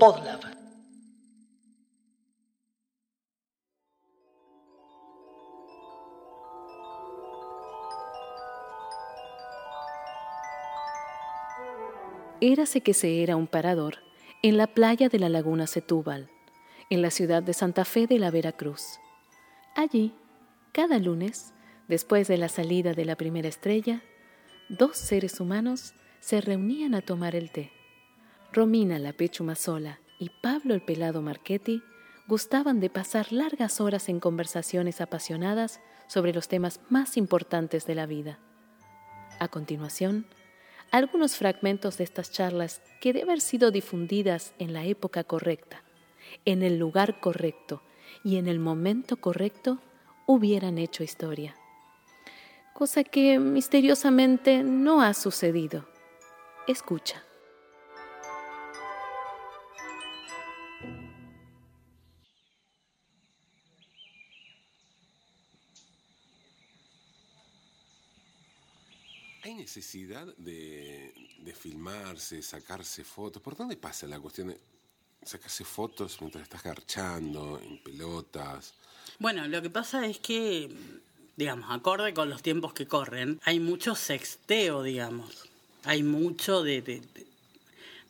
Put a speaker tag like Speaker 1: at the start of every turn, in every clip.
Speaker 1: Podlab.
Speaker 2: Érase que se era un parador en la playa de la laguna Setúbal, en la ciudad de Santa Fe de la Veracruz. Allí, cada lunes, después de la salida de la primera estrella, dos seres humanos se reunían a tomar el té. Romina la Pechumazola y Pablo el Pelado Marchetti gustaban de pasar largas horas en conversaciones apasionadas sobre los temas más importantes de la vida. A continuación, algunos fragmentos de estas charlas que de haber sido difundidas en la época correcta, en el lugar correcto y en el momento correcto hubieran hecho historia. Cosa que misteriosamente no ha sucedido. Escucha.
Speaker 3: ¿Hay necesidad de, de filmarse, sacarse fotos? ¿Por dónde pasa la cuestión de sacarse fotos mientras estás garchando, en pelotas?
Speaker 4: Bueno, lo que pasa es que, digamos, acorde con los tiempos que corren, hay mucho sexteo, digamos. Hay mucho de, de, de-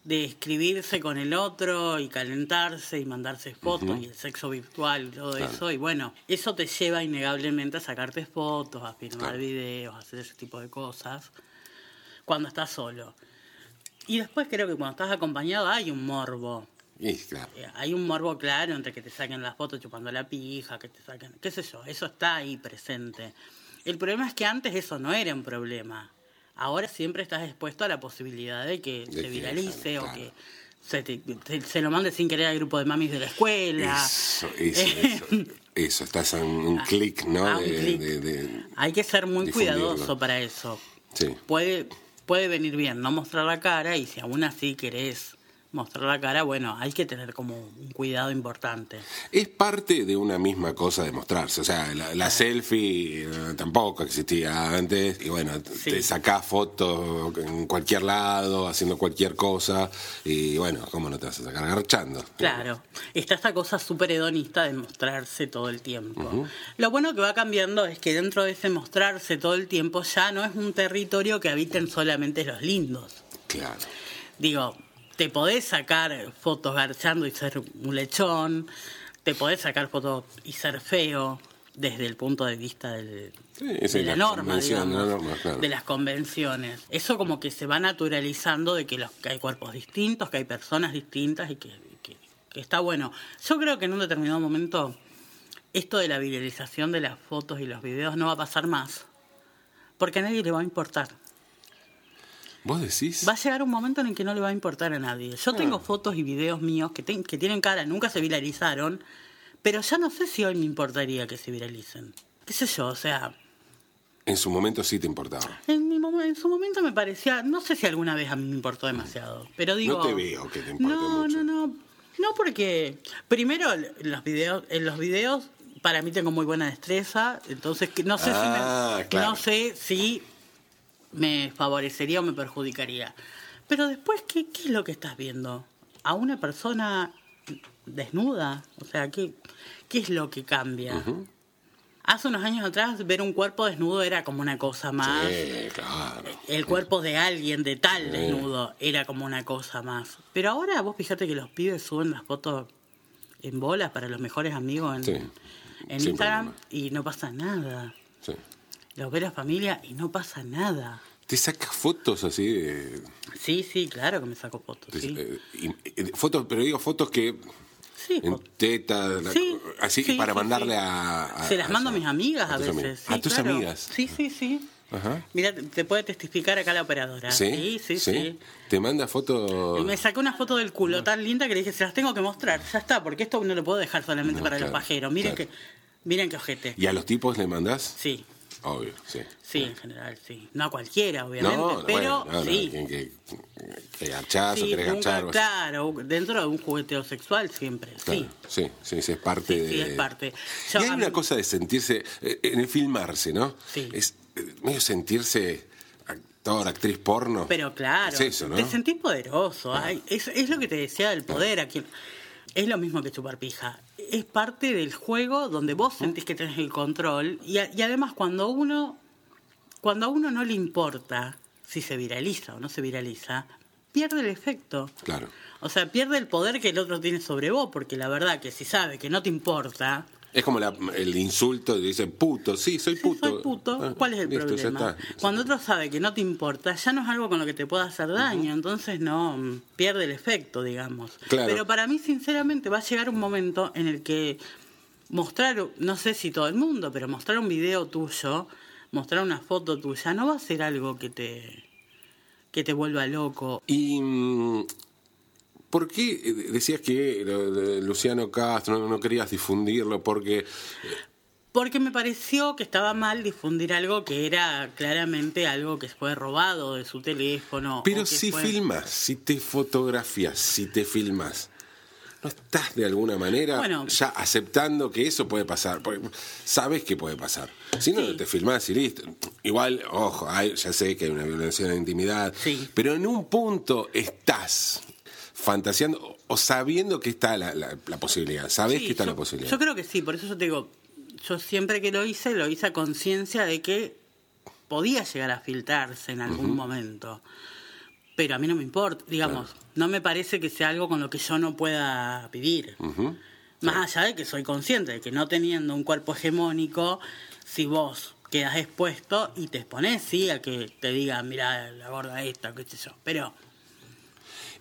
Speaker 4: de escribirse con el otro y calentarse y mandarse fotos y el sexo virtual y todo
Speaker 3: Claro.
Speaker 4: eso. Y bueno, eso te lleva innegablemente a sacarte fotos, a filmar
Speaker 3: Claro.
Speaker 4: videos, a hacer ese tipo de cosas cuando estás solo. Y después creo que cuando estás acompañado hay un morbo.
Speaker 3: Y claro,
Speaker 4: Eh, Hay un morbo claro entre que te saquen las fotos chupando la pija, que te saquen, qué sé yo, eso está ahí presente. El problema es que antes eso no era un problema. Ahora siempre estás expuesto a la posibilidad de que
Speaker 3: De
Speaker 4: se
Speaker 3: que-
Speaker 4: viralice o
Speaker 3: claro.
Speaker 4: que se, te- te- se lo mande sin querer al grupo de mamis de la escuela.
Speaker 3: eso, eso, eso, eso, estás a un, un clic, ¿no?
Speaker 4: a ah, un
Speaker 3: de,
Speaker 4: clic.
Speaker 3: de- de-
Speaker 4: Hay que ser muy
Speaker 3: difundirlo.
Speaker 4: cuidadoso para eso.
Speaker 3: sí.
Speaker 4: Puede, puede venir bien no mostrar la cara y si aún así querés mostrar la cara, bueno, hay que tener como un cuidado importante.
Speaker 3: Es parte de una misma cosa de mostrarse. O sea, la,
Speaker 4: Ah.
Speaker 3: la selfie eh, tampoco existía antes. Y bueno, t-
Speaker 4: Sí.
Speaker 3: te sacás fotos en cualquier lado, haciendo cualquier cosa. Y bueno, ¿cómo no te vas a sacar garchando?
Speaker 4: Claro, está esta cosa súper hedonista de mostrarse todo el tiempo. Lo bueno que va cambiando es que dentro de ese mostrarse todo el tiempo ya no es un territorio que habiten solamente los lindos.
Speaker 3: Claro.
Speaker 4: Digo, te podés sacar fotos garchando y ser un lechón, te podés sacar fotos y ser feo desde el punto de vista del-
Speaker 3: Sí, sí,
Speaker 4: de la
Speaker 3: las
Speaker 4: norma,
Speaker 3: convenciones,
Speaker 4: digamos,
Speaker 3: la norma, claro.
Speaker 4: de las convenciones. Eso como que se va naturalizando de que, los, que hay cuerpos distintos, que hay personas distintas y que, que- que está bueno. Yo creo que en un determinado momento esto de la viralización de las fotos y los videos no va a pasar más, porque a nadie le va a importar.
Speaker 3: ¿Vos decís?
Speaker 4: Va a llegar un momento en el que no le va a importar a nadie.
Speaker 3: Ah.
Speaker 4: Yo tengo fotos y videos míos que, ten- que tienen cara, nunca se viralizaron, pero ya no sé si hoy me importaría que se viralicen. ¿Qué sé yo? O sea,
Speaker 3: En su momento sí te importaba.
Speaker 4: en, mi mom- en su momento me parecía, no sé si alguna vez a mí me importó demasiado, pero digo...
Speaker 3: te veo que te importe
Speaker 4: no,
Speaker 3: mucho.
Speaker 4: No, no, no, porque primero l- los videos, en los videos para mí tengo muy buena destreza, entonces que no sé si
Speaker 3: Ah,
Speaker 4: me,
Speaker 3: claro.
Speaker 4: no sé si me favorecería o me perjudicaría. Pero después, ¿qué, qué es lo que estás viendo? ¿A una persona desnuda? O sea, ¿qué, qué es lo que cambia? Hace unos años atrás, ver un cuerpo desnudo era como una cosa más.
Speaker 3: Eh, claro.
Speaker 4: El cuerpo de alguien, de tal desnudo, era como una cosa más. Pero ahora vos fijate que los pibes suben las fotos en bolas para los mejores amigos en,
Speaker 3: Sí.
Speaker 4: en
Speaker 3: Sin
Speaker 4: Instagram
Speaker 3: problema.
Speaker 4: y no pasa nada.
Speaker 3: Sí.
Speaker 4: Los ve la familia y no pasa nada.
Speaker 3: Te sacas fotos así de.
Speaker 4: Sí, sí, claro que me saco fotos.
Speaker 3: de-
Speaker 4: Sí,
Speaker 3: eh, y- eh, fotos, pero digo fotos que.
Speaker 4: sí
Speaker 3: En
Speaker 4: fotos.
Speaker 3: teta, la-
Speaker 4: Sí,
Speaker 3: así
Speaker 4: sí,
Speaker 3: para
Speaker 4: sí,
Speaker 3: mandarle
Speaker 4: sí.
Speaker 3: a, a-
Speaker 4: Se las mando a mis amigas a
Speaker 3: tus
Speaker 4: veces.
Speaker 3: amigas.
Speaker 4: sí,
Speaker 3: a tus
Speaker 4: claro.
Speaker 3: amigas.
Speaker 4: Sí, sí, sí.
Speaker 3: Ajá.
Speaker 4: Mira, te puede testificar acá la operadora.
Speaker 3: ¿Sí?
Speaker 4: Ah, sí, sí. sí.
Speaker 3: Te manda
Speaker 4: Y
Speaker 3: fotos.
Speaker 4: me sacó una foto del culo tan linda que le dije, se las tengo que mostrar, ya está, porque esto no lo puedo dejar solamente
Speaker 3: No,
Speaker 4: para
Speaker 3: claro,
Speaker 4: los pajeros. Miren
Speaker 3: claro.
Speaker 4: que, miren qué ojete.
Speaker 3: ¿Y a los tipos le mandás?
Speaker 4: Sí,
Speaker 3: Obvio, sí.
Speaker 4: sí, en general, sí. No a cualquiera, obviamente,
Speaker 3: bueno,
Speaker 4: pero
Speaker 3: no, no,
Speaker 4: sí.
Speaker 3: que- que, que garchás o
Speaker 4: sí,
Speaker 3: querés
Speaker 4: nunca-
Speaker 3: garchar. o así.
Speaker 4: claro, dentro de un jugueteo sexual siempre, sí.
Speaker 3: Claro, sí, sí, sí, es parte
Speaker 4: Sí,
Speaker 3: de.
Speaker 4: sí, es parte.
Speaker 3: y
Speaker 4: Yo-
Speaker 3: hay
Speaker 4: a
Speaker 3: una
Speaker 4: mí-
Speaker 3: cosa de sentirse, eh, en el eh, filmarse, ¿no?
Speaker 4: Sí.
Speaker 3: Es eh, medio sentirse, ah, actor, actriz porno.
Speaker 4: Pero claro,
Speaker 3: Es eso, ¿no?
Speaker 4: te sentís poderoso. ay, es, es lo que te decía del poder. Aquí. Es lo mismo que chupar pija. Es parte del juego donde vos
Speaker 3: Mm.
Speaker 4: sentís que tenés el control. Y, a- y además, cuando uno, cuando a uno no le importa si se viraliza o no se viraliza, pierde el efecto.
Speaker 3: Claro.
Speaker 4: O sea, pierde el poder que el otro tiene sobre vos, porque la verdad que si sabe que no te importa,
Speaker 3: Es como la- el insulto, dicen puto, sí, soy
Speaker 4: Sí,
Speaker 3: puto.
Speaker 4: soy puto.
Speaker 3: Ah,
Speaker 4: ¿Cuál es el
Speaker 3: listo, ya
Speaker 4: problema?
Speaker 3: está.
Speaker 4: Cuando otro sabe que no te importa, ya no es algo con lo que te pueda hacer daño, entonces no mm, pierde el efecto, digamos.
Speaker 3: Claro.
Speaker 4: Pero para mí, sinceramente, va a llegar un momento en el que mostrar, no sé si todo el mundo, pero mostrar un video tuyo, mostrar una foto tuya, no va a ser algo que te que te vuelva loco.
Speaker 3: ¿Y mm, por qué eh, decías que lo de Luciano Castro no, no querías difundirlo? Porque,
Speaker 4: Porque me pareció que estaba mal difundir algo que era claramente algo que fue robado de su teléfono. o
Speaker 3: pero
Speaker 4: que
Speaker 3: si
Speaker 4: fue-
Speaker 3: filmas, si te fotografías, si te filmas, ¿no estás de alguna manera
Speaker 4: Bueno.
Speaker 3: ya aceptando que eso puede pasar? Porque sabes que puede pasar. Si no,
Speaker 4: Sí.
Speaker 3: no te filmás y listo. Igual, ojo, hay- ya sé que hay una violación de la intimidad,
Speaker 4: Sí.
Speaker 3: pero en un punto estás fantaseando o- o sabiendo que está la, la- la posibilidad. Sabes
Speaker 4: Sí,
Speaker 3: que está
Speaker 4: yo,
Speaker 3: la posibilidad.
Speaker 4: Yo creo que sí, por eso yo te digo, yo siempre que lo hice, lo hice a conciencia de que podía llegar a filtrarse en algún momento. Pero a mí no me importa, digamos, no me parece que sea algo con lo que yo no pueda vivir.
Speaker 3: Ujú.
Speaker 4: Más allá de que soy consciente de que no teniendo un cuerpo hegemónico, si vos quedas expuesto y te expones, sí, a que te digan, mira, la gorda esta, qué sé yo. Pero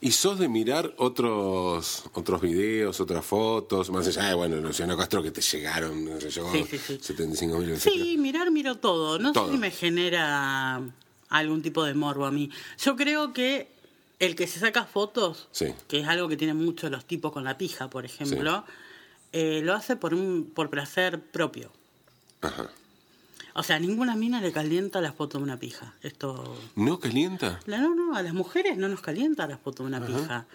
Speaker 3: ¿Y sos de mirar otros otros videos, otras fotos? Más allá de, bueno, Luciano Castro que te llegaron, no sé, llegó
Speaker 4: Sí, sí, sí.
Speaker 3: 75 mil veces.
Speaker 4: Sí, mirar miro todo. No
Speaker 3: Todo.
Speaker 4: sé si me genera algún tipo de morbo a mí. Yo creo que el que se saca fotos,
Speaker 3: Sí.
Speaker 4: que es algo que tienen muchos los tipos con la pija, por ejemplo, eh, lo hace por un por placer propio.
Speaker 3: Ajá.
Speaker 4: O sea, a ninguna mina le calienta la foto de una pija. Esto
Speaker 3: ¿No calienta?
Speaker 4: la- no, no, a las mujeres no nos calienta la foto de una pija.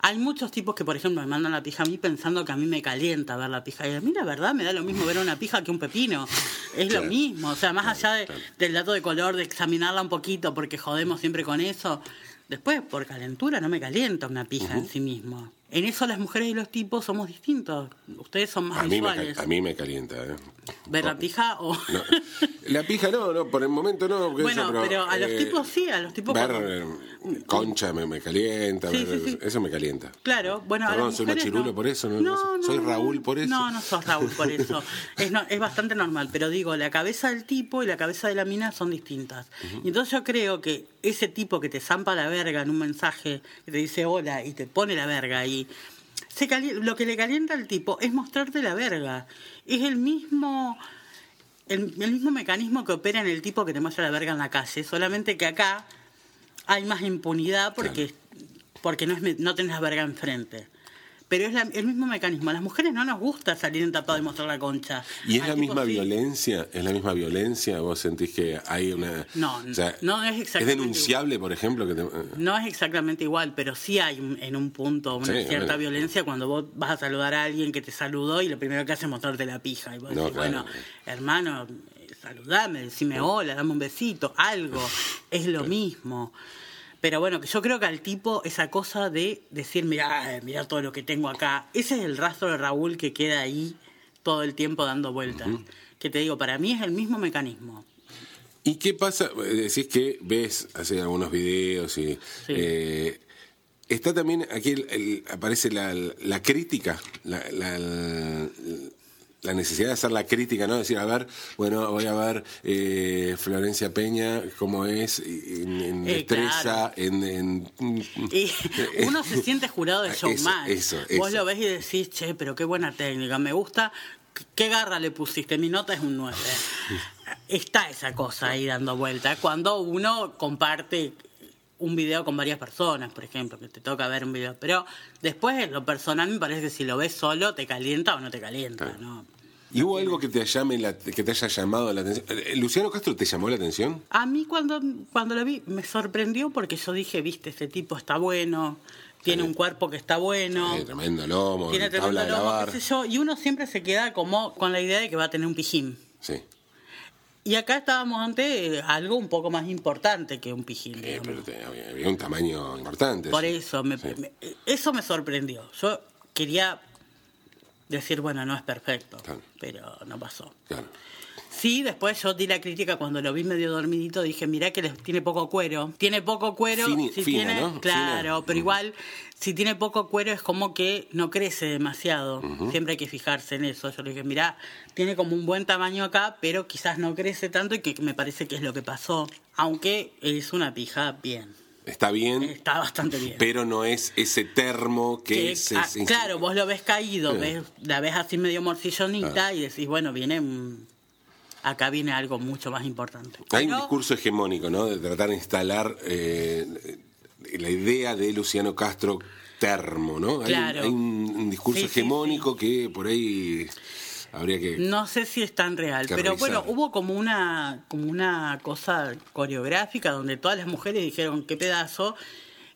Speaker 4: Hay muchos tipos que, por ejemplo, me mandan la pija a mí pensando que a mí me calienta ver la pija. Y a mí, la verdad, me da lo mismo ver una pija que un pepino. Es
Speaker 3: Claro.
Speaker 4: lo mismo. O sea, más allá de-
Speaker 3: claro.
Speaker 4: del dato de color, de examinarla un poquito, porque jodemos siempre con eso. Después, por calentura, no me calienta una pija en sí mismo. En eso las mujeres y los tipos somos distintos. Ustedes son más
Speaker 3: A mí, me,
Speaker 4: visuales.
Speaker 3: cal- a mí me calienta, ¿eh?
Speaker 4: Ver la pija o...
Speaker 3: No. La pija no, no, por el momento no. porque
Speaker 4: Bueno,
Speaker 3: eso,
Speaker 4: pero a los tipos sí, a los tipos
Speaker 3: eh, Ver
Speaker 4: cuando-
Speaker 3: eh, concha me, me calienta,
Speaker 4: Sí,
Speaker 3: ver-
Speaker 4: sí, sí.
Speaker 3: eso me calienta.
Speaker 4: Claro, bueno, a
Speaker 3: Perdón,
Speaker 4: las
Speaker 3: soy una
Speaker 4: mujeres
Speaker 3: chirula
Speaker 4: no.
Speaker 3: por eso, no- no- soy Raúl por eso.
Speaker 4: No, no sos Raúl por eso. es, no- es bastante normal, pero digo, la cabeza del tipo y la cabeza de la mina son distintas. Y entonces yo creo que ese tipo que te zampa la verga en un mensaje, que te dice hola y te pone la verga y se cali- lo que le calienta al tipo es mostrarte la verga. Es el mismo el, el mismo mecanismo que opera en el tipo que te muestra la verga en la calle, solamente que acá hay más impunidad porque, porque no, es, me- no tenés la verga enfrente. Pero es la- el mismo mecanismo. A las mujeres no nos gusta salir en tapado y mostrar la concha.
Speaker 3: ¿Y es
Speaker 4: Al
Speaker 3: la
Speaker 4: tipo
Speaker 3: misma
Speaker 4: sí.
Speaker 3: violencia? ¿Es la misma violencia? ¿Vos sentís que hay una.?
Speaker 4: No, no es
Speaker 3: ¿Es
Speaker 4: exactamente
Speaker 3: denunciable, por ejemplo? Que te- eh?
Speaker 4: No es exactamente igual, pero sí hay un- en un punto una
Speaker 3: Sí,
Speaker 4: cierta
Speaker 3: bueno.
Speaker 4: violencia cuando vos vas a saludar a alguien que te saludó y lo primero que hace es mostrarte la pija. Y vos
Speaker 3: No,
Speaker 4: decís,
Speaker 3: claro.
Speaker 4: bueno, hermano, eh, saludame, decime hola, dame un besito, algo. Es lo mismo. Pero bueno, que yo creo que al tipo esa cosa de decir, mirá, eh, mirá todo lo que tengo acá, ese es el rastro de Raúl que queda ahí todo el tiempo dando vueltas. Que te digo, para mí es el mismo mecanismo.
Speaker 3: ¿Y qué pasa? Eh, Decís que ves hacer algunos videos y. eh, está también aquí el- el- aparece la, la crítica, la, la- la necesidad de hacer la crítica, ¿no? Decir, a ver, bueno, voy a ver eh, Florencia Peña, cómo es en, en
Speaker 4: Eh,
Speaker 3: destreza, en- en-
Speaker 4: Y uno se siente jurado de
Speaker 3: Eso,
Speaker 4: showman.
Speaker 3: eso,
Speaker 4: Vos
Speaker 3: eso.
Speaker 4: lo ves y decís, che, pero qué buena técnica, me gusta. ¿Qué garra le pusiste? Mi nota es un 9. Está esa cosa ahí dando vuelta. Cuando uno comparte un video con varias personas, por ejemplo, que te toca ver un video. Pero después, en lo personal, me parece que si lo ves solo, te calienta o no te calienta, ¿no?
Speaker 3: ¿Y hubo algo que te, llame la- que te haya llamado la atención? Eh, ¿Luciano Castro te llamó la atención?
Speaker 4: A mí cuando, cuando lo vi me sorprendió porque yo dije, viste, este tipo está bueno, tiene
Speaker 3: Sí.
Speaker 4: un cuerpo que está bueno,
Speaker 3: Eh, tremendo lomo,
Speaker 4: Tiene
Speaker 3: tabla
Speaker 4: tremendo
Speaker 3: de
Speaker 4: lomo,
Speaker 3: lavar.
Speaker 4: qué sé yo, y uno siempre se queda como con la idea de que va a tener un pijín.
Speaker 3: Sí.
Speaker 4: Y acá estábamos ante algo un poco más importante que un pijín.
Speaker 3: Eh,
Speaker 4: digamos.
Speaker 3: pero te- había, había un tamaño importante.
Speaker 4: Por
Speaker 3: sí.
Speaker 4: eso, me-
Speaker 3: Sí.
Speaker 4: me- eso me sorprendió. Yo quería decir, bueno, no es perfecto,
Speaker 3: Claro.
Speaker 4: pero no pasó.
Speaker 3: Claro.
Speaker 4: Sí, después yo di la crítica cuando lo vi medio dormidito, dije, mirá que les- tiene poco cuero. Tiene poco cuero,
Speaker 3: Fini-
Speaker 4: si
Speaker 3: fina,
Speaker 4: tiene,
Speaker 3: ¿no?
Speaker 4: claro,
Speaker 3: Fina.
Speaker 4: pero
Speaker 3: Mm.
Speaker 4: igual, si tiene poco cuero es como que no crece demasiado. Siempre hay que fijarse en eso. Yo le dije, mirá, tiene como un buen tamaño acá, pero quizás no crece tanto y que me parece que es lo que pasó. Aunque es una pija bien.
Speaker 3: Está bien,
Speaker 4: Está bastante bien.
Speaker 3: Em, pero no es ese termo que,
Speaker 4: Que-
Speaker 3: se-
Speaker 4: ah,
Speaker 3: se-
Speaker 4: claro, vos lo ves caído,
Speaker 3: Eh.
Speaker 4: ves, la ves así medio morcillonita
Speaker 3: Ah.
Speaker 4: y decís, bueno, viene. mm, Acá viene algo mucho más importante.
Speaker 3: Hay un
Speaker 4: Pero-
Speaker 3: discurso hegemónico, ¿no? De tratar de instalar eh, la idea de Luciano Castro termo, ¿no? Hay un-
Speaker 4: Claro.
Speaker 3: Hay, un, un discurso
Speaker 4: Sí, sí,
Speaker 3: hegemónico que por ahí habría que...
Speaker 4: No sé si es tan real,
Speaker 3: Que
Speaker 4: pero
Speaker 3: revisar.
Speaker 4: bueno, hubo como una, como una cosa coreográfica donde todas las mujeres dijeron qué pedazo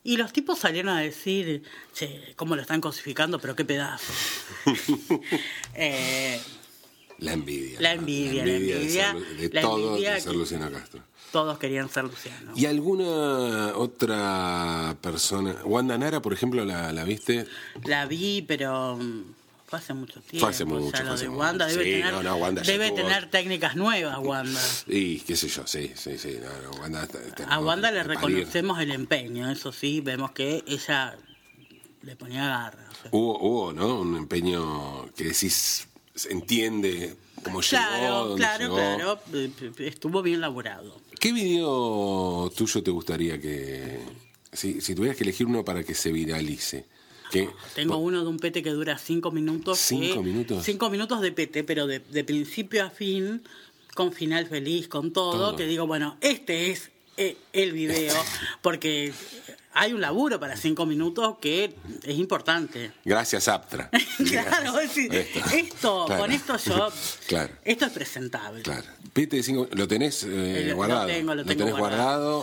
Speaker 4: y los tipos salieron a decir, che, cómo lo están cosificando, pero qué pedazo. Eh,
Speaker 3: La envidia.
Speaker 4: La
Speaker 3: ¿no?
Speaker 4: envidia,
Speaker 3: La envidia
Speaker 4: la
Speaker 3: de
Speaker 4: envidia,
Speaker 3: ser, Lu- de
Speaker 4: la
Speaker 3: todo
Speaker 4: envidia
Speaker 3: de ser
Speaker 4: que-
Speaker 3: Luciano Castro.
Speaker 4: todos querían ser Luciano.
Speaker 3: ¿Y alguna otra persona? Wanda Nara, por ejemplo, ¿la, la viste?
Speaker 4: La vi, pero mm, fue hace mucho tiempo.
Speaker 3: hace mucho,
Speaker 4: ya
Speaker 3: fue
Speaker 4: lo
Speaker 3: hace
Speaker 4: de
Speaker 3: mucho.
Speaker 4: Wanda debe,
Speaker 3: Sí,
Speaker 4: tener,
Speaker 3: no, no, Wanda ya
Speaker 4: debe
Speaker 3: tuvo-
Speaker 4: tener técnicas nuevas, Wanda.
Speaker 3: Y qué sé yo, sí, sí, sí. no, no, Wanda está- está-
Speaker 4: A Ah, Wanda le
Speaker 3: de parir.
Speaker 4: reconocemos el empeño, eso sí, vemos que ella le ponía garra. o sea.
Speaker 3: Hubo, hubo, ¿no? Un empeño que decís, se entiende cómo llegó.
Speaker 4: Claro,
Speaker 3: dónde
Speaker 4: claro,
Speaker 3: llegó.
Speaker 4: claro, eh, eh, estuvo bien laburado.
Speaker 3: ¿Qué video tuyo te gustaría que... Si, si tuvieras que elegir uno para que se viralice. Que,
Speaker 4: Tengo uno de un pete que dura cinco minutos.
Speaker 3: ¿Cinco
Speaker 4: que-
Speaker 3: minutos?
Speaker 4: Cinco minutos de pete, pero de, de principio a fin, con final feliz, con todo,
Speaker 3: Todo.
Speaker 4: que digo, bueno, este es eh, el video, porque hay un laburo para cinco minutos que es importante.
Speaker 3: Gracias, Aptra.
Speaker 4: Claro, vos decís,
Speaker 3: Esto.
Speaker 4: esto,
Speaker 3: Claro.
Speaker 4: con esto yo,
Speaker 3: Claro.
Speaker 4: esto es presentable.
Speaker 3: Claro. Pete de cinco- ¿lo tenés eh,
Speaker 4: Eh, lo- lo
Speaker 3: guardado?
Speaker 4: tengo, lo tengo
Speaker 3: tenés
Speaker 4: guardado,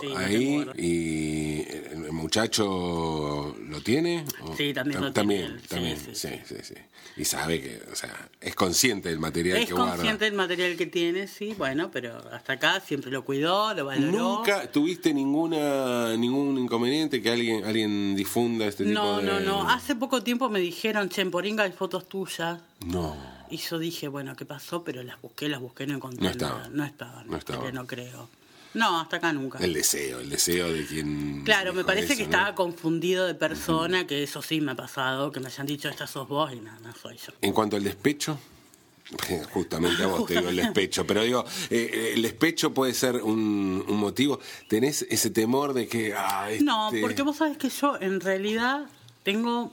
Speaker 3: guardado,
Speaker 4: sí, lo
Speaker 3: ahí
Speaker 4: tengo guardado.
Speaker 3: y el el muchacho lo tiene. ¿O?
Speaker 4: Sí, también lo
Speaker 3: también,
Speaker 4: tiene él, sí,
Speaker 3: También,
Speaker 4: sí,
Speaker 3: sí, sí, sí. Y sabe que, o sea, es consciente del material
Speaker 4: Es
Speaker 3: que guarda.
Speaker 4: consciente del material que tiene, sí, bueno, pero hasta acá siempre lo cuidó, lo valoró.
Speaker 3: ¿Nunca tuviste ninguna ningún inconveniente que alguien alguien difunda este
Speaker 4: No,
Speaker 3: tipo de...?
Speaker 4: no, no. Hace poco tiempo me dijeron, che, en Poringa hay fotos tuyas.
Speaker 3: No.
Speaker 4: Y yo dije, bueno, ¿qué pasó? Pero las busqué, las busqué, no encontré
Speaker 3: No estaban.
Speaker 4: nada. No estaban.
Speaker 3: No estaban.
Speaker 4: Pero no creo. No, hasta acá nunca.
Speaker 3: El deseo, el deseo de quien...
Speaker 4: Claro, me
Speaker 3: dijo
Speaker 4: parece
Speaker 3: eso,
Speaker 4: que
Speaker 3: ¿no?
Speaker 4: estaba confundido de persona, que eso sí me ha pasado, que me hayan dicho, esta sos vos y nada, no soy yo.
Speaker 3: En cuanto al despecho, justamente a vos te digo el despecho, pero digo, eh, eh, el despecho puede ser un, un motivo. ¿Tenés ese temor de que... ah,
Speaker 4: No,
Speaker 3: este-
Speaker 4: porque vos sabés que yo en realidad tengo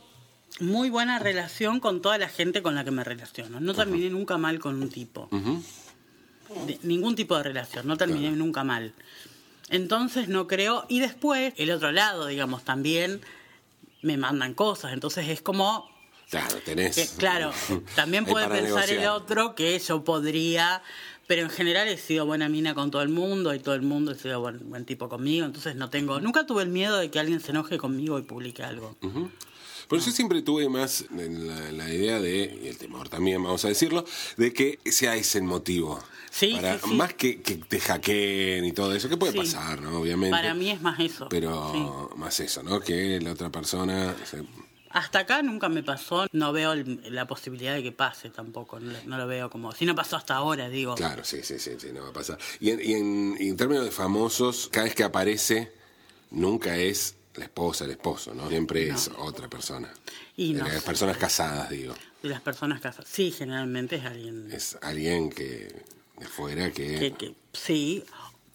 Speaker 4: muy buena relación con toda la gente con la que me relaciono. No terminé nunca mal con un tipo. De- ningún tipo de relación, no terminé nunca mal. Entonces no creo. Y después, el otro lado, digamos, también me mandan cosas. Entonces es como
Speaker 3: Claro, tenés...
Speaker 4: que, Eh, claro, también
Speaker 3: Hay
Speaker 4: puede
Speaker 3: para
Speaker 4: pensar el
Speaker 3: negociar.
Speaker 4: otro que yo podría, pero en general he sido buena mina con todo el mundo y todo el mundo ha sido buen, buen tipo conmigo, entonces no tengo, nunca tuve el miedo de que alguien se enoje conmigo y publique algo.
Speaker 3: Pero yo siempre tuve más en la, la idea de, y el temor también, vamos a decirlo, de que sea ese el motivo.
Speaker 4: Sí,
Speaker 3: Para-
Speaker 4: sí, sí.
Speaker 3: Más que, que te hackeen y todo eso, que puede
Speaker 4: Sí.
Speaker 3: pasar, ¿no? Obviamente.
Speaker 4: Para mí es más eso. sí.
Speaker 3: Pero más eso, ¿no? Que la otra persona... se-
Speaker 4: Hasta acá nunca me pasó, no veo el- la posibilidad de que pase tampoco, no, no lo veo como, si no pasó hasta ahora, digo.
Speaker 3: Claro, sí, sí, sí, sí, no va a pasar. Y en, y en- y en términos de famosos, cada vez que aparece, nunca es la esposa, el esposo, ¿no? Siempre es otra persona.
Speaker 4: Y
Speaker 3: De
Speaker 4: no
Speaker 3: las
Speaker 4: sé.
Speaker 3: personas casadas, digo.
Speaker 4: De las personas casadas. Sí, generalmente es alguien
Speaker 3: Es alguien que de fuera que...
Speaker 4: que- que- sí.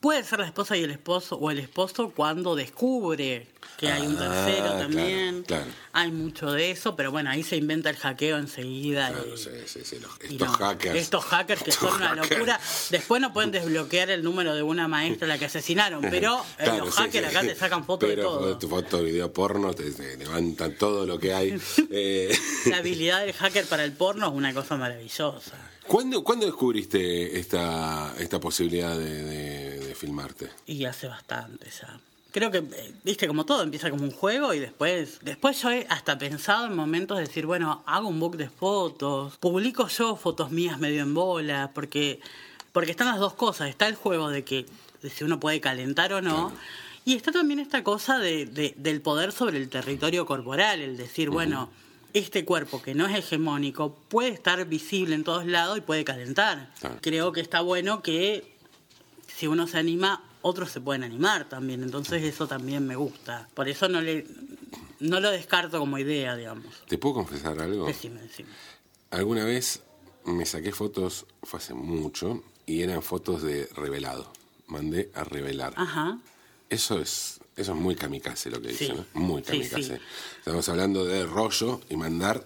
Speaker 4: Puede ser la esposa y el esposo, o el esposo cuando descubre que hay un
Speaker 3: Ah,
Speaker 4: tercero
Speaker 3: claro,
Speaker 4: también.
Speaker 3: claro.
Speaker 4: Hay mucho de eso, pero bueno, ahí se inventa el hackeo enseguida.
Speaker 3: Claro,
Speaker 4: y-
Speaker 3: sí, Ah, sí, sí, los-
Speaker 4: y
Speaker 3: estos
Speaker 4: no.
Speaker 3: hackers.
Speaker 4: Estos hackers que
Speaker 3: Estos
Speaker 4: son una
Speaker 3: hackers.
Speaker 4: locura. Después no pueden desbloquear el número de una maestra a la que asesinaron, pero eh,
Speaker 3: Claro,
Speaker 4: los
Speaker 3: sí,
Speaker 4: hackers
Speaker 3: sí.
Speaker 4: acá te sacan fotos de
Speaker 3: Pero
Speaker 4: todo.
Speaker 3: Tu foto, video porno, te, te levantan todo lo que hay. Eh,
Speaker 4: La habilidad del hacker para el porno es una cosa maravillosa.
Speaker 3: ¿cuándo, cuándo descubriste esta, esta posibilidad de- de- de filmarte?
Speaker 4: Y hace bastante ya. Creo que, eh, viste, como todo, empieza como un juego y después... Después yo he hasta pensado en momentos de decir, bueno, hago un book de fotos, publico yo fotos mías medio en bola, porque... Porque están las dos cosas. Está el juego de que de si uno puede calentar o no. Y está también esta cosa de, de- del poder sobre el territorio corporal, el decir, bueno, este cuerpo que no es hegemónico puede estar visible en todos lados y puede calentar.
Speaker 3: Claro.
Speaker 4: Creo que está bueno que si uno se anima, otros se pueden animar también. Entonces eso también me gusta. Por eso no, le, no lo descarto como idea, digamos.
Speaker 3: ¿Te puedo confesar algo?
Speaker 4: Decime, decime.
Speaker 3: Alguna vez me saqué fotos, fue hace mucho, y eran fotos de revelado. Mandé a revelar.
Speaker 4: Ajá.
Speaker 3: Eso es eso es muy kamikaze lo que dice,
Speaker 4: Sí.
Speaker 3: ¿no? Muy
Speaker 4: Sí, sí.
Speaker 3: kamikaze. Estamos hablando de rollo y mandar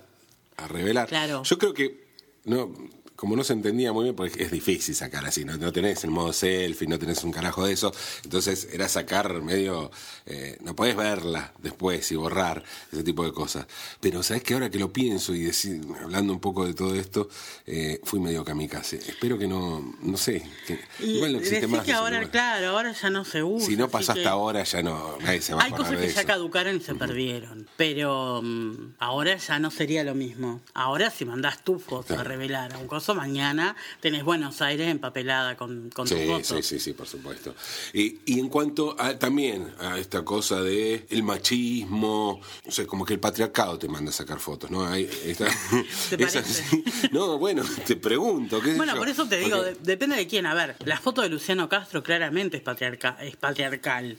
Speaker 3: a revelar.
Speaker 4: Claro.
Speaker 3: Yo creo que no como no se entendía muy bien, porque es difícil sacar así, no, no tenés el modo selfie, no tenés un carajo de eso, entonces era sacar medio, eh, no podés verla después y borrar ese tipo de cosas. Pero sabés que ahora que lo pienso y decir, hablando un poco de todo esto, eh, fui medio kamikaze. Espero que no, no sé, que,
Speaker 4: Y
Speaker 3: igual no existe
Speaker 4: decís
Speaker 3: más.
Speaker 4: que
Speaker 3: ese
Speaker 4: ahora,
Speaker 3: lugar.
Speaker 4: claro, ahora ya no se usa.
Speaker 3: Si no
Speaker 4: así
Speaker 3: pasó
Speaker 4: que
Speaker 3: hasta ahora, ya no. Nadie se va a
Speaker 4: Hay
Speaker 3: acordar
Speaker 4: cosas que
Speaker 3: de
Speaker 4: ya
Speaker 3: eso.
Speaker 4: caducaron y se perdieron, pero mm, ahora ya no sería lo mismo. Ahora si mandás tus fotos a
Speaker 3: Claro.
Speaker 4: revelar a un coso, mañana tenés Buenos Aires empapelada con, con tus
Speaker 3: Sí,
Speaker 4: fotos.
Speaker 3: sí, sí, sí, por supuesto. Y, y en cuanto a, también a esta cosa de el machismo, no sé, como que el patriarcado te manda a sacar fotos, ¿no? Ahí está-
Speaker 4: ¿Te
Speaker 3: esa-
Speaker 4: parece?
Speaker 3: no, bueno, te pregunto. ¿qué sé
Speaker 4: Bueno,
Speaker 3: yo?
Speaker 4: por eso te digo,
Speaker 3: Porque-
Speaker 4: de- depende de quién. A ver, la foto de Luciano Castro claramente es, patriarca- es patriarcal.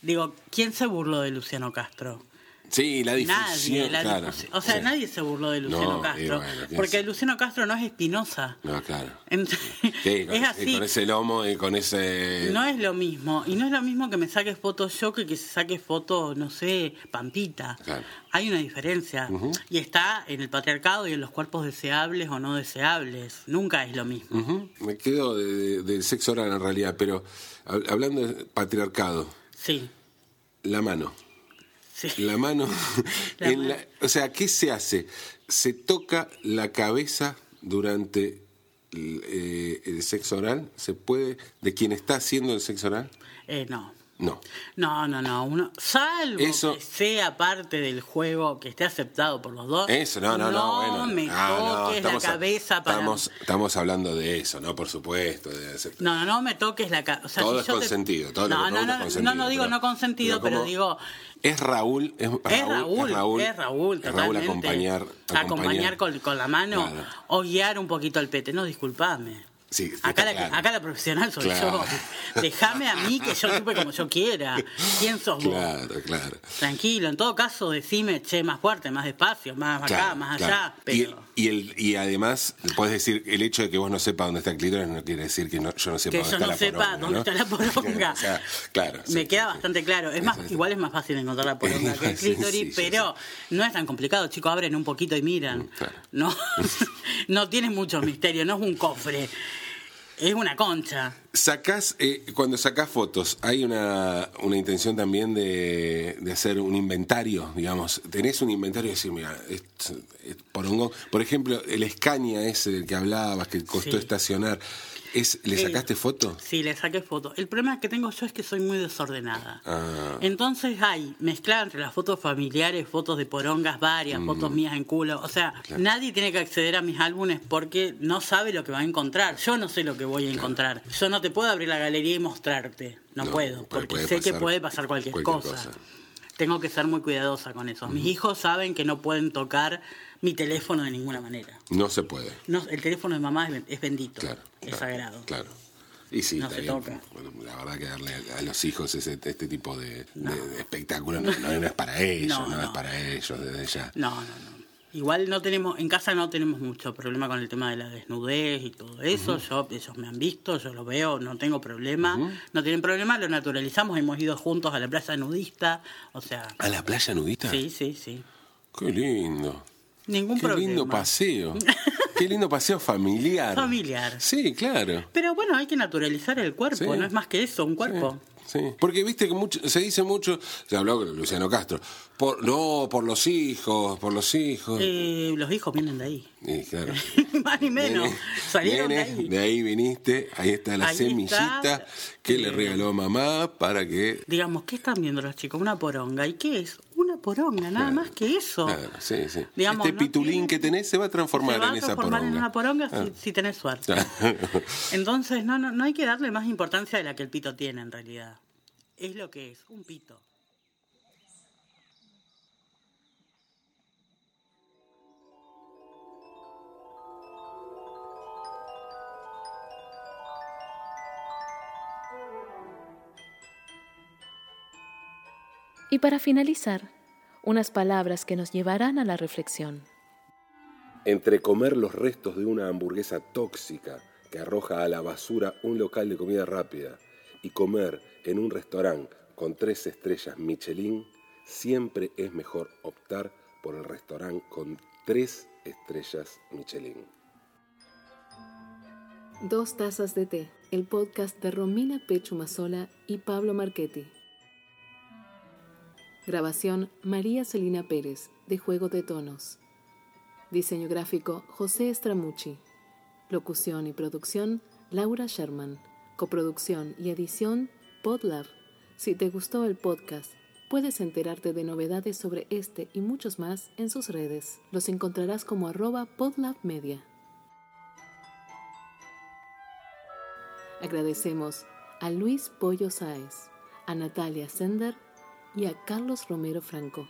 Speaker 4: Digo, ¿quién se burló de Luciano Castro?
Speaker 3: sí, la difusión,
Speaker 4: Nadie, la
Speaker 3: claro.
Speaker 4: difusión- o sea,
Speaker 3: Sí.
Speaker 4: nadie se burló de Luciano
Speaker 3: No, y
Speaker 4: Castro,
Speaker 3: bueno, ¿quién
Speaker 4: porque
Speaker 3: se-
Speaker 4: Luciano Castro no es Espinosa.
Speaker 3: No, claro.
Speaker 4: Ent-
Speaker 3: Sí, con,
Speaker 4: es
Speaker 3: y
Speaker 4: así.
Speaker 3: con ese lomo y con ese...
Speaker 4: No es lo mismo. Y no es lo mismo que me saques fotos yo que que se saque fotos, no sé, Pampita.
Speaker 3: Claro.
Speaker 4: Hay una diferencia. Y está en el patriarcado y en los cuerpos deseables o no deseables. Nunca es lo mismo.
Speaker 3: Ujú, Me quedo de- de- del sexo oral en realidad, pero hab- hablando de patriarcado,
Speaker 4: Sí.
Speaker 3: la mano.
Speaker 4: sí.
Speaker 3: La mano.
Speaker 4: La
Speaker 3: en
Speaker 4: mano.
Speaker 3: la- o sea, ¿qué se hace? Se toca la cabeza durante el, eh, el sexo oral. ¿Se puede? ¿De quien está haciendo el sexo oral?
Speaker 4: Eh, no.
Speaker 3: No.
Speaker 4: No, no, no. Uno, salvo
Speaker 3: Eso-
Speaker 4: que sea parte del juego, que esté aceptado por los dos.
Speaker 3: Eso, no, no, no. bueno,
Speaker 4: me
Speaker 3: Ah, no,
Speaker 4: toques la
Speaker 3: estamos a-
Speaker 4: cabeza para.
Speaker 3: Estamos, estamos hablando de eso, ¿no? Por supuesto. de hacer-
Speaker 4: No, no, no me toques la cabeza. O sea,
Speaker 3: todo
Speaker 4: si
Speaker 3: es
Speaker 4: yo te-
Speaker 3: consentido. todo lo
Speaker 4: no,
Speaker 3: que
Speaker 4: no,
Speaker 3: pregunto
Speaker 4: no,
Speaker 3: es consentido,
Speaker 4: no, no digo no consentido, pero,
Speaker 3: como-
Speaker 4: digo.
Speaker 3: Es Raúl. Es,
Speaker 4: Es Raúl,
Speaker 3: es Raúl.
Speaker 4: es Raúl,
Speaker 3: es Raúl
Speaker 4: totalmente.
Speaker 3: acompañar.
Speaker 4: Acompañar, con, con la mano
Speaker 3: Claro.
Speaker 4: o guiar un poquito el pete. No, disculpame.
Speaker 3: Sí, está
Speaker 4: acá, la, que-
Speaker 3: claro.
Speaker 4: acá la profesional soy
Speaker 3: Claro.
Speaker 4: yo. Déjame a mí que yo chupe como yo quiera. ¿Quién sos vos?
Speaker 3: Claro, claro.
Speaker 4: Tranquilo, en todo caso decime, che, más fuerte, más despacio, más acá,
Speaker 3: Claro,
Speaker 4: más
Speaker 3: claro.
Speaker 4: allá.
Speaker 3: Y-
Speaker 4: Pero
Speaker 3: Y, el, y además, puedes decir, el hecho de que vos no sepas dónde está el clítoris no quiere decir que no- yo no sepa
Speaker 4: Que
Speaker 3: dónde
Speaker 4: yo
Speaker 3: está
Speaker 4: no
Speaker 3: la
Speaker 4: sepa
Speaker 3: poronga,
Speaker 4: dónde está la poronga.
Speaker 3: o sea, claro.
Speaker 4: me
Speaker 3: sí,
Speaker 4: queda
Speaker 3: sí, sí.
Speaker 4: bastante claro. Es más,
Speaker 3: Exacto.
Speaker 4: igual es más fácil encontrar la poronga que el
Speaker 3: Sí, sí,
Speaker 4: clítoris,
Speaker 3: sí, Mm,
Speaker 4: pero no es tan complicado, chicos. Abren un poquito y miran.
Speaker 3: claro.
Speaker 4: No, no tiene mucho misterio, no es un cofre. Es una concha.
Speaker 3: Sacás, eh, cuando sacás fotos, ¿hay una, una intención también de, de hacer un inventario, digamos? ¿Tenés un inventario y decir, mira, es, es porongo? Por ejemplo, el Escaña ese del que hablabas, que costó
Speaker 4: Sí.
Speaker 3: estacionar, ¿es, ¿le
Speaker 4: Eh,
Speaker 3: sacaste foto?
Speaker 4: Sí, le saqué fotos. El problema que tengo yo es que soy muy desordenada.
Speaker 3: Ah.
Speaker 4: Entonces hay mezclada entre las fotos familiares, fotos de porongas varias, fotos
Speaker 3: Mm.
Speaker 4: mías en culo. O sea, nadie tiene que acceder a mis álbumes porque no sabe lo que va a encontrar. Yo no sé lo que voy a encontrar. Yo no te puedo abrir la galería y mostrarte. No,
Speaker 3: No,
Speaker 4: puedo,
Speaker 3: puede-
Speaker 4: porque
Speaker 3: puede
Speaker 4: sé que
Speaker 3: pasar
Speaker 4: puede pasar cualquier,
Speaker 3: cualquier
Speaker 4: cosa.
Speaker 3: cosa.
Speaker 4: Tengo que ser muy cuidadosa con eso. Mis hijos saben que no pueden tocar mi teléfono de ninguna manera.
Speaker 3: No se puede.
Speaker 4: No, el teléfono de mamá es ben- es bendito,
Speaker 3: Claro.
Speaker 4: es
Speaker 3: claro,
Speaker 4: sagrado.
Speaker 3: Claro. Y sí,
Speaker 4: No
Speaker 3: está
Speaker 4: se
Speaker 3: bien.
Speaker 4: toca.
Speaker 3: Bueno, la verdad que darle a- a los hijos ese- este tipo de, de- de espectáculo no, no- no es para ellos, no,
Speaker 4: No,
Speaker 3: es
Speaker 4: no.
Speaker 3: para ellos desde ya.
Speaker 4: No, no, no. Igual no tenemos, en casa no tenemos mucho problema con el tema de la desnudez y todo eso. Yo, ellos me han visto, yo lo veo, no tengo problema. No tienen problema, lo naturalizamos, hemos ido juntos a la playa nudista, o sea,
Speaker 3: ¿A la playa nudista?
Speaker 4: sí, sí, sí.
Speaker 3: Qué lindo.
Speaker 4: Ningún
Speaker 3: Qué
Speaker 4: problema.
Speaker 3: lindo paseo. Qué lindo paseo familiar.
Speaker 4: Familiar.
Speaker 3: Sí, claro.
Speaker 4: Pero bueno, hay que naturalizar el cuerpo,
Speaker 3: Sí.
Speaker 4: no es más que eso, un cuerpo.
Speaker 3: Sí. Porque viste que mucho, se dice mucho, se habló con Luciano Castro, por, no, por los hijos, por los hijos.
Speaker 4: Eh, los hijos vienen de ahí.
Speaker 3: Y claro.
Speaker 4: más ni menos.
Speaker 3: Nene,
Speaker 4: Salieron
Speaker 3: nene,
Speaker 4: de ahí.
Speaker 3: viniste, ahí está la
Speaker 4: Ahí
Speaker 3: semillita
Speaker 4: está.
Speaker 3: que le
Speaker 4: Eh.
Speaker 3: regaló mamá para que...
Speaker 4: Digamos, ¿qué están viendo los chicos? Una poronga. ¿Y qué es? Una poronga, nada más que eso.
Speaker 3: Nada más, sí, sí.
Speaker 4: Digamos,
Speaker 3: este
Speaker 4: no
Speaker 3: pitulín
Speaker 4: tiene-
Speaker 3: que tenés se va a transformar,
Speaker 4: se va a transformar
Speaker 3: en
Speaker 4: en
Speaker 3: esa
Speaker 4: una
Speaker 3: poronga. Ah.
Speaker 4: poronga si, si tenés suerte. Entonces, no, no, no hay que darle más importancia de la que el pito tiene en realidad. Es lo que es, un pito.
Speaker 2: Y para finalizar, unas palabras que nos llevarán a la reflexión.
Speaker 1: Entre comer los restos de una hamburguesa tóxica que arroja a la basura un local de comida rápida y comer en un restaurante con tres estrellas Michelin, siempre es mejor optar por el restaurante con tres estrellas Michelin.
Speaker 2: Dos tazas de té, el podcast de Romina Pechumazola y Pablo Marchetti. Grabación María Celina Pérez, de Juego de Tonos. Diseño gráfico José Estramucci. Locución y producción Laura Sherman. Coproducción y edición Podlab. Si te gustó el podcast, puedes enterarte de novedades sobre este y muchos más en sus redes. Los encontrarás como arroba Podlab Media. Agradecemos a Luis Pollo Sáez, a Natalia Sender y a Carlos Romero Franco.